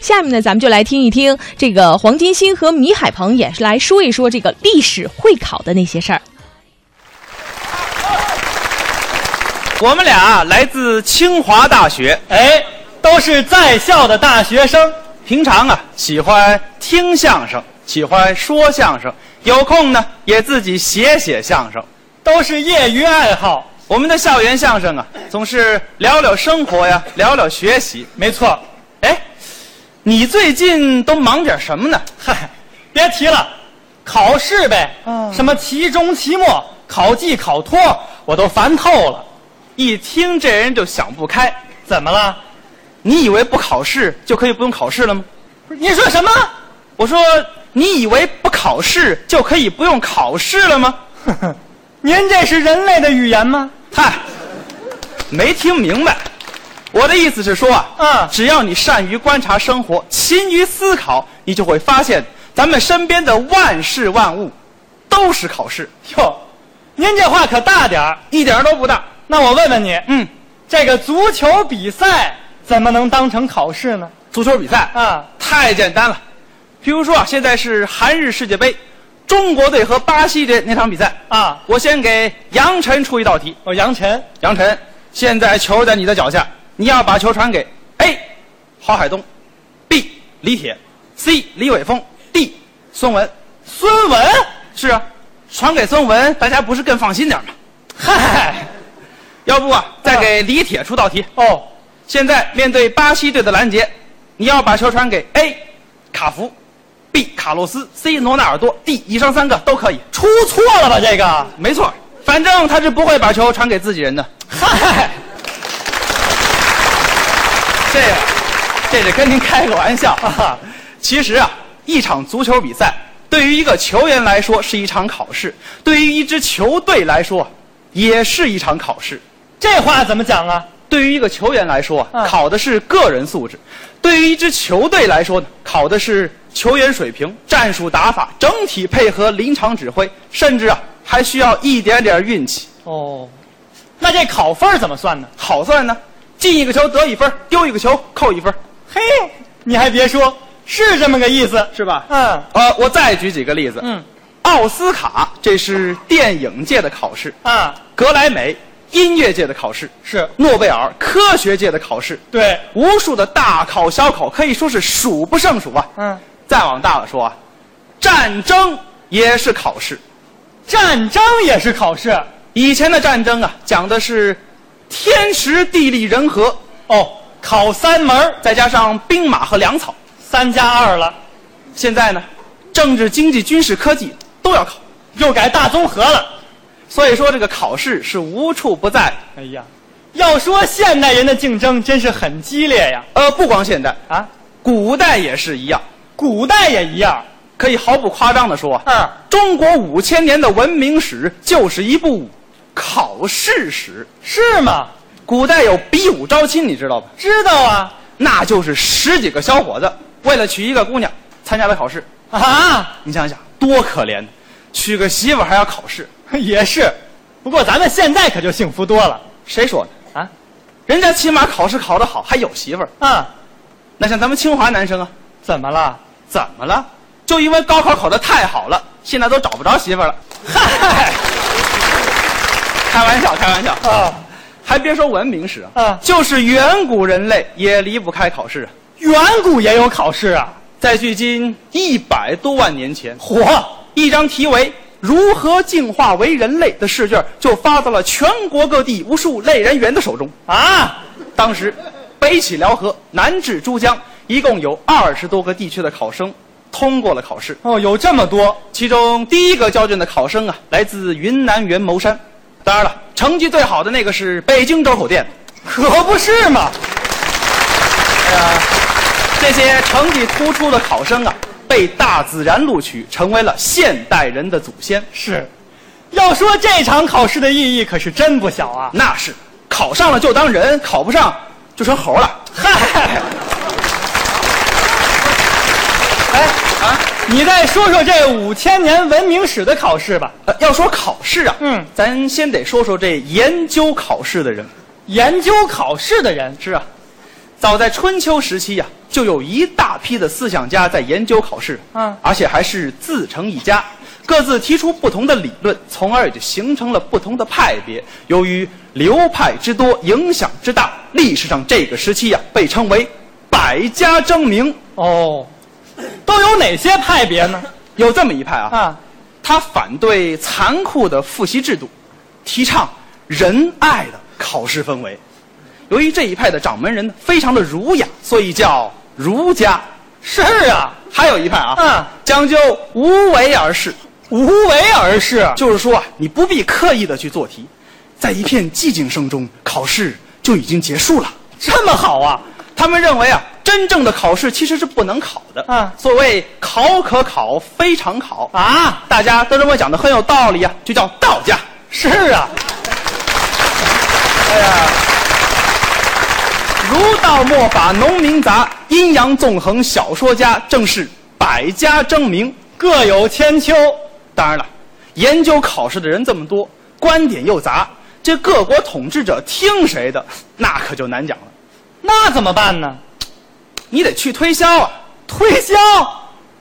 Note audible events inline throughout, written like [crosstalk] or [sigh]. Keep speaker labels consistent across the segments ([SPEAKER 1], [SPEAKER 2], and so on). [SPEAKER 1] 下面呢，咱们就来听一听这个黄金星和米海鹏也是来说一说这个历史会考的那些事儿。
[SPEAKER 2] 我们俩来自清华大学，
[SPEAKER 3] 哎，都是在校的大学生。
[SPEAKER 2] 平常啊喜欢听相声，喜欢说相声，有空呢也自己写写相声。
[SPEAKER 3] 都是业余爱好。
[SPEAKER 2] 我们的校园相声啊，总是聊聊生活呀，聊聊学习。
[SPEAKER 3] 没错，
[SPEAKER 2] 哎，你最近都忙点什么呢？
[SPEAKER 3] 嗨，别提了，考试呗，什么期中、期末、考季、考托，我都烦透了。
[SPEAKER 2] 一听这人就想不开。
[SPEAKER 3] 怎么了？
[SPEAKER 2] 你以为不考试就可以不用考试了吗？
[SPEAKER 3] 不是你说什么？
[SPEAKER 2] 我说，你以为不考试就可以不用考试了吗？
[SPEAKER 3] [laughs] 您这是人类的语言吗？
[SPEAKER 2] 嗨，没听明白。我的意思是说啊，
[SPEAKER 3] 嗯
[SPEAKER 2] 只要你善于观察生活，勤于思考，你就会发现咱们身边的万事万物都是考试，
[SPEAKER 3] 哟，您这话可大点儿。
[SPEAKER 2] 一点儿都不大。
[SPEAKER 3] 那我问问你，
[SPEAKER 2] 嗯，
[SPEAKER 3] 这个足球比赛怎么能当成考试呢？
[SPEAKER 2] 足球比赛
[SPEAKER 3] 啊，
[SPEAKER 2] 太简单了。比如说啊，现在是韩日世界杯，中国队和巴西队那场比赛
[SPEAKER 3] 啊
[SPEAKER 2] 我先给杨晨出一道题。
[SPEAKER 3] 哦，杨晨，
[SPEAKER 2] 杨晨，现在球在你的脚下，你要把球传给 A. 郝海东，B. 李铁，C. 李玮峰，D. 孙文。
[SPEAKER 3] 孙文，
[SPEAKER 2] 是啊，传给孙文，大家不是更放心点吗？
[SPEAKER 3] 嗨，
[SPEAKER 2] 要不啊，再给李铁出道题。
[SPEAKER 3] 哦，
[SPEAKER 2] 现在面对巴西队的拦截，你要把球传给 A. 卡福，B. 卡洛斯，C. 罗纳尔多，D. 以上三个都可以。
[SPEAKER 3] 出错了吧这个？
[SPEAKER 2] 没错，反正他是不会把球传给自己人的。
[SPEAKER 3] 嗨，
[SPEAKER 2] 这个，这是跟您开个玩笑。
[SPEAKER 3] 啊
[SPEAKER 2] 其实啊，一场足球比赛对于一个球员来说是一场考试，对于一支球队来说也是一场考试。
[SPEAKER 3] 这话怎么讲啊？
[SPEAKER 2] 对于一个球员来说，啊
[SPEAKER 3] 嗯
[SPEAKER 2] 考的是个人素质；对于一支球队来说呢，考的是球员水平、战术打法、整体配合、临场指挥，甚至啊还需要一点点运气。
[SPEAKER 3] 哦，那这考分儿怎么算呢？
[SPEAKER 2] 好算呢，进一个球得一分，丢一个球扣一分，
[SPEAKER 3] 嘿，你还别说，是这么个意思。
[SPEAKER 2] 是吧？
[SPEAKER 3] 嗯
[SPEAKER 2] 呃，我再举几个例子。
[SPEAKER 3] 嗯，
[SPEAKER 2] 奥斯卡这是电影界的考试，
[SPEAKER 3] 啊，
[SPEAKER 2] 格莱美音乐界的考试，
[SPEAKER 3] 是
[SPEAKER 2] 诺贝尔科学界的考试，
[SPEAKER 3] 对，
[SPEAKER 2] 无数的大考小考可以说是数不胜数啊。
[SPEAKER 3] 嗯，
[SPEAKER 2] 再往大了说啊，战争也是考试。
[SPEAKER 3] 战争也是考试。
[SPEAKER 2] 以前的战争啊，讲的是天时地利人和，
[SPEAKER 3] 哦，考三门儿，
[SPEAKER 2] 再加上兵马和粮草。
[SPEAKER 3] 三加二了，
[SPEAKER 2] 现在呢，政治、经济、军事、科技都要考，
[SPEAKER 3] 又改大综合了。
[SPEAKER 2] 所以说这个考试是无处不在的。
[SPEAKER 3] 哎呀，要说现代人的竞争真是很激烈呀！
[SPEAKER 2] 呃，不光现代，
[SPEAKER 3] 啊，
[SPEAKER 2] 古代也是一样。
[SPEAKER 3] 古代也一样。
[SPEAKER 2] 可以毫不夸张地说，
[SPEAKER 3] 嗯，
[SPEAKER 2] 中国五千年的文明史就是一部考试史。
[SPEAKER 3] 是吗？
[SPEAKER 2] 古代有比武招亲，你知道吧？
[SPEAKER 3] 知道啊
[SPEAKER 2] 那就是十几个小伙子为了娶一个姑娘参加了考试。
[SPEAKER 3] 啊，
[SPEAKER 2] 你想想，多可怜！娶个媳妇还要考试，
[SPEAKER 3] [laughs] 也是。不过咱们现在可就幸福多了
[SPEAKER 2] 谁说的？
[SPEAKER 3] 啊
[SPEAKER 2] 人家起码考试考得好，还有媳妇儿。
[SPEAKER 3] 啊！
[SPEAKER 2] 那像咱们清华男生啊，
[SPEAKER 3] 怎么了？
[SPEAKER 2] 怎么了？就因为高考考得太好了，现在都找不着媳妇儿了。
[SPEAKER 3] 嗨
[SPEAKER 2] 开玩笑，开玩笑。
[SPEAKER 3] 啊，
[SPEAKER 2] 还别说文明史啊，
[SPEAKER 3] 啊
[SPEAKER 2] 就是远古人类也离不开考试啊。
[SPEAKER 3] 远古也有考试啊！
[SPEAKER 2] 在距今一百多万年前，
[SPEAKER 3] 火
[SPEAKER 2] 一张题为《如何进化为人类》的试卷就发到了全国各地无数类人猿的手中。
[SPEAKER 3] 啊！
[SPEAKER 2] 当时，北起辽河，南至珠江，一共有二十多个地区的考生通过了考试。
[SPEAKER 3] 哦，有这么多
[SPEAKER 2] 其中第一个交卷的考生啊，来自云南元谋山。当然了，成绩最好的那个是北京周口店的。
[SPEAKER 3] 可不是嘛？
[SPEAKER 2] 哎这些成绩突出的考生啊，被大自然录取，成为了现代人的祖先。
[SPEAKER 3] 是，要说这场考试的意义可是真不小啊！
[SPEAKER 2] 那是，考上了就当人，考不上就成猴了。
[SPEAKER 3] [laughs] 嗨，
[SPEAKER 2] 哎啊、
[SPEAKER 3] 你再说说这五千年文明史的考试吧，
[SPEAKER 2] 呃要说考试啊，
[SPEAKER 3] 嗯
[SPEAKER 2] 咱先得说说这研究考试的人。
[SPEAKER 3] 研究考试的人
[SPEAKER 2] 是啊，早在春秋时期呀、就有一大批的思想家在研究考试，
[SPEAKER 3] 嗯
[SPEAKER 2] 而且还是自成一家，各自提出不同的理论，从而也就形成了不同的派别。由于流派之多，影响之大，历史上这个时期呀、被称为百家争鸣。
[SPEAKER 3] 哦，都有哪些派别 [laughs] 呢？
[SPEAKER 2] 有这么一派啊，
[SPEAKER 3] 啊，
[SPEAKER 2] 他反对残酷的复习制度，提倡仁爱的考试氛围。由于这一派的掌门人呢，非常的儒雅，所以叫儒家。
[SPEAKER 3] 是啊，
[SPEAKER 2] 还有一派啊，
[SPEAKER 3] 嗯
[SPEAKER 2] 讲究无为而治，
[SPEAKER 3] 无为而治。
[SPEAKER 2] 就是说啊，你不必刻意的去做题，在一片寂静声中，考试就已经结束了。
[SPEAKER 3] 这么好啊！
[SPEAKER 2] 他们认为啊，真正的考试其实是不能考的。
[SPEAKER 3] 嗯
[SPEAKER 2] 所谓考可考，非常考，
[SPEAKER 3] 啊，
[SPEAKER 2] 大家都认为讲的很有道理啊，就叫道家。
[SPEAKER 3] 是啊，
[SPEAKER 2] 儒道墨法农民杂，阴阳纵横小说家，正是百家争鸣。
[SPEAKER 3] 各有千秋。
[SPEAKER 2] 当然了，研究考试的人这么多，观点又杂，这各国统治者听谁的，那可就难讲了。
[SPEAKER 3] 那怎么办呢？
[SPEAKER 2] 你得去推销啊，
[SPEAKER 3] 推销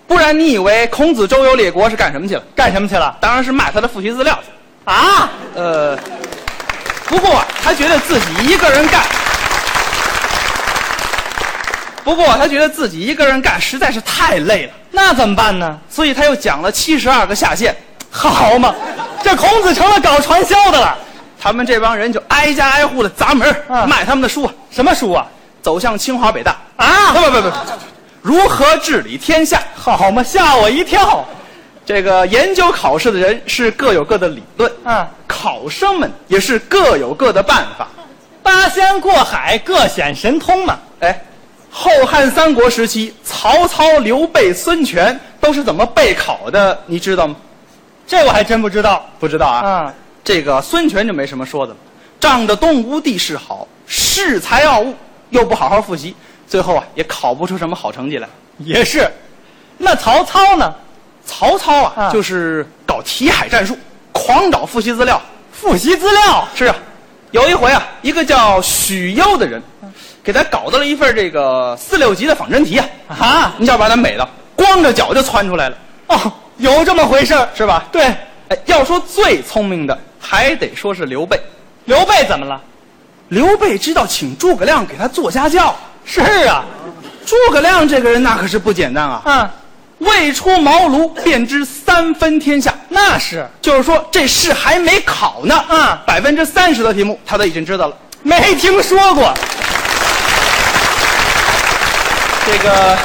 [SPEAKER 2] 不然你以为孔子周游列国是干什么去了？
[SPEAKER 3] 干什么去了？
[SPEAKER 2] 当然是卖他的复习资料去了。
[SPEAKER 3] 啊，
[SPEAKER 2] 呃，不过啊，他觉得自己一个人干，不过啊他觉得自己一个人干实在是太累了，
[SPEAKER 3] 那怎么办呢？
[SPEAKER 2] 所以他又讲了七十二个下线。
[SPEAKER 3] 好嘛，这孔子成了搞传销的了。
[SPEAKER 2] 他们这帮人就挨家挨户的砸门儿、
[SPEAKER 3] 嗯
[SPEAKER 2] 卖他们的书啊，
[SPEAKER 3] 什么书啊？
[SPEAKER 2] 走向清华北大。
[SPEAKER 3] 啊，
[SPEAKER 2] 不不不不，如何治理天下？
[SPEAKER 3] 好嘛，吓我一跳。
[SPEAKER 2] 这个研究考试的人是各有各的理论，
[SPEAKER 3] 嗯，
[SPEAKER 2] 考生们也是各有各的办法。
[SPEAKER 3] 八仙过海，各显神通嘛。
[SPEAKER 2] 哎，后汉三国时期，曹操、刘备、孙权都是怎么备考的？你知道吗？
[SPEAKER 3] 这我还真不知道。
[SPEAKER 2] 不知道啊。
[SPEAKER 3] 啊，
[SPEAKER 2] 这个孙权就没什么说的了，仗着东吴地势好，恃才傲物，又不好好复习，最后啊也考不出什么好成绩来。
[SPEAKER 3] 也是。那曹操呢？
[SPEAKER 2] 曹操啊，
[SPEAKER 3] 啊
[SPEAKER 2] 就是搞题海战术，狂找复习资料。
[SPEAKER 3] 复习资 [laughs] 料
[SPEAKER 2] 是啊，有一回啊，一个叫许攸的人，给他搞到了一份这个四六级的仿真题啊，
[SPEAKER 3] 啊？
[SPEAKER 2] 你要把他美的光着脚就窜出来了，
[SPEAKER 3] 哦，有这么回事儿
[SPEAKER 2] 是吧？
[SPEAKER 3] 对，
[SPEAKER 2] 哎，要说最聪明的，还得说是刘备。
[SPEAKER 3] 刘备怎么了？
[SPEAKER 2] 刘备知道请诸葛亮给他做家教，
[SPEAKER 3] 是啊，
[SPEAKER 2] 诸葛亮这个人那可是不简单啊，
[SPEAKER 3] 嗯，
[SPEAKER 2] 未出茅庐便知三分天下。
[SPEAKER 3] 那是
[SPEAKER 2] 就是说这试还没考呢，
[SPEAKER 3] 嗯
[SPEAKER 2] 百分之三十的题目他都已经知道了。
[SPEAKER 3] 没听说过。
[SPEAKER 2] 这个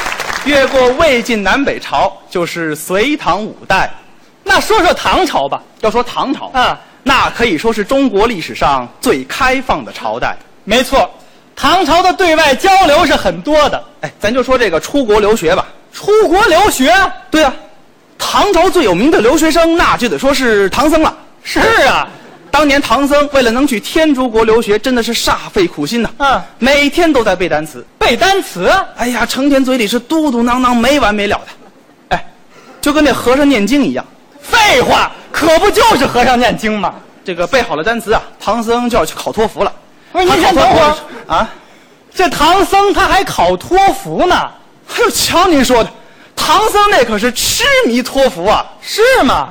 [SPEAKER 2] 越过魏晋南北朝，就是隋唐五代。
[SPEAKER 3] 那说说唐朝吧。
[SPEAKER 2] 要说唐朝，
[SPEAKER 3] 嗯，
[SPEAKER 2] 那可以说是中国历史上最开放的朝代。
[SPEAKER 3] 没错，唐朝的对外交流是很多的，
[SPEAKER 2] 哎，咱就说这个出国留学吧。
[SPEAKER 3] 出国留学。
[SPEAKER 2] 对啊，唐朝最有名的留学生，那就得说是唐僧了。
[SPEAKER 3] 是啊，
[SPEAKER 2] 当年唐僧为了能去天竺国留学，真的是煞费苦心呐、
[SPEAKER 3] 嗯
[SPEAKER 2] 每天都在背单词。
[SPEAKER 3] 背单词啊
[SPEAKER 2] 哎呀，成天嘴里是嘟嘟囔囔，没完没了的。哎，就跟那和尚念经一样，
[SPEAKER 3] 废话，可不就是和尚念经吗？
[SPEAKER 2] 这个背好了单词啊，唐僧就要去考托福了。
[SPEAKER 3] 不是您
[SPEAKER 2] 他考
[SPEAKER 3] 先
[SPEAKER 2] 托
[SPEAKER 3] 等
[SPEAKER 2] 福
[SPEAKER 3] 会儿
[SPEAKER 2] 是啊，
[SPEAKER 3] 这唐僧他还考托福呢，
[SPEAKER 2] 还有瞧您说的，唐僧那可是痴迷托福啊！
[SPEAKER 3] 是吗？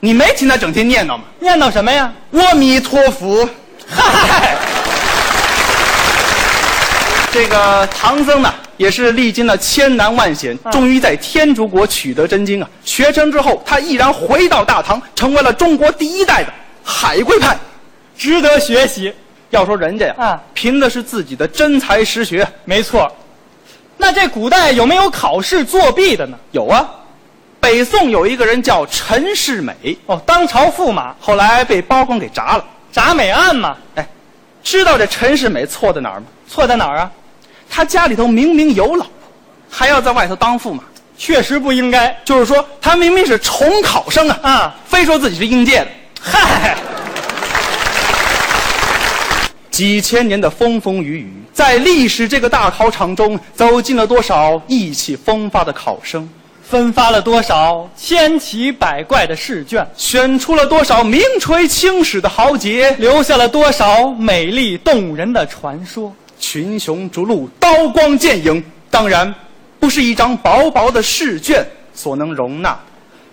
[SPEAKER 2] 你没听他整天念叨吗？
[SPEAKER 3] 念叨什么呀？
[SPEAKER 2] 阿弥陀佛。
[SPEAKER 3] 嗨，
[SPEAKER 2] 这个唐僧呢，也是历经了千难万险，终于在天竺国取得真经啊！学成之后，他毅然回到大唐，成为了中国第一代的海归派。
[SPEAKER 3] 值得学习。
[SPEAKER 2] 要说人家呀，
[SPEAKER 3] 啊
[SPEAKER 2] 凭的是自己的真才实学。
[SPEAKER 3] 没错，那这古代有没有考试作弊的呢？
[SPEAKER 2] 有啊，北宋有一个人叫陈世美，
[SPEAKER 3] 哦，当朝驸马
[SPEAKER 2] 后来被包公给铡了。
[SPEAKER 3] 铡美案嘛，
[SPEAKER 2] 哎，知道这陈世美错在哪儿吗？
[SPEAKER 3] 错在哪儿啊？
[SPEAKER 2] 他家里头明明有老婆，还要在外头当驸马，
[SPEAKER 3] 确实不应该。
[SPEAKER 2] 就是说他明明是重考生啊，
[SPEAKER 3] 啊
[SPEAKER 2] 非说自己是应届的。
[SPEAKER 3] 嗨，
[SPEAKER 2] 几千年的风风雨雨，在历史这个大考场中，走进了多少意气风发的考生，
[SPEAKER 3] 分发了多少千奇百怪的试卷，
[SPEAKER 2] 选出了多少名垂青史的豪杰，
[SPEAKER 3] 留下了多少美丽动人的传说。
[SPEAKER 2] 群雄逐鹿，刀光剑影，当然不是一张薄薄的试卷所能容纳。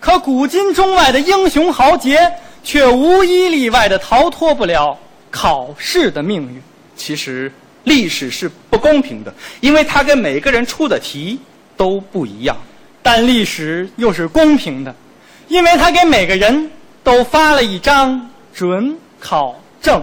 [SPEAKER 3] 可古今中外的英雄豪杰却无一例外的逃脱不了考试的命运。
[SPEAKER 2] 其实历史是不公平的，因为它给每个人出的题都不一样。
[SPEAKER 3] 但历史又是公平的，因为他给每个人都发了一张准考证。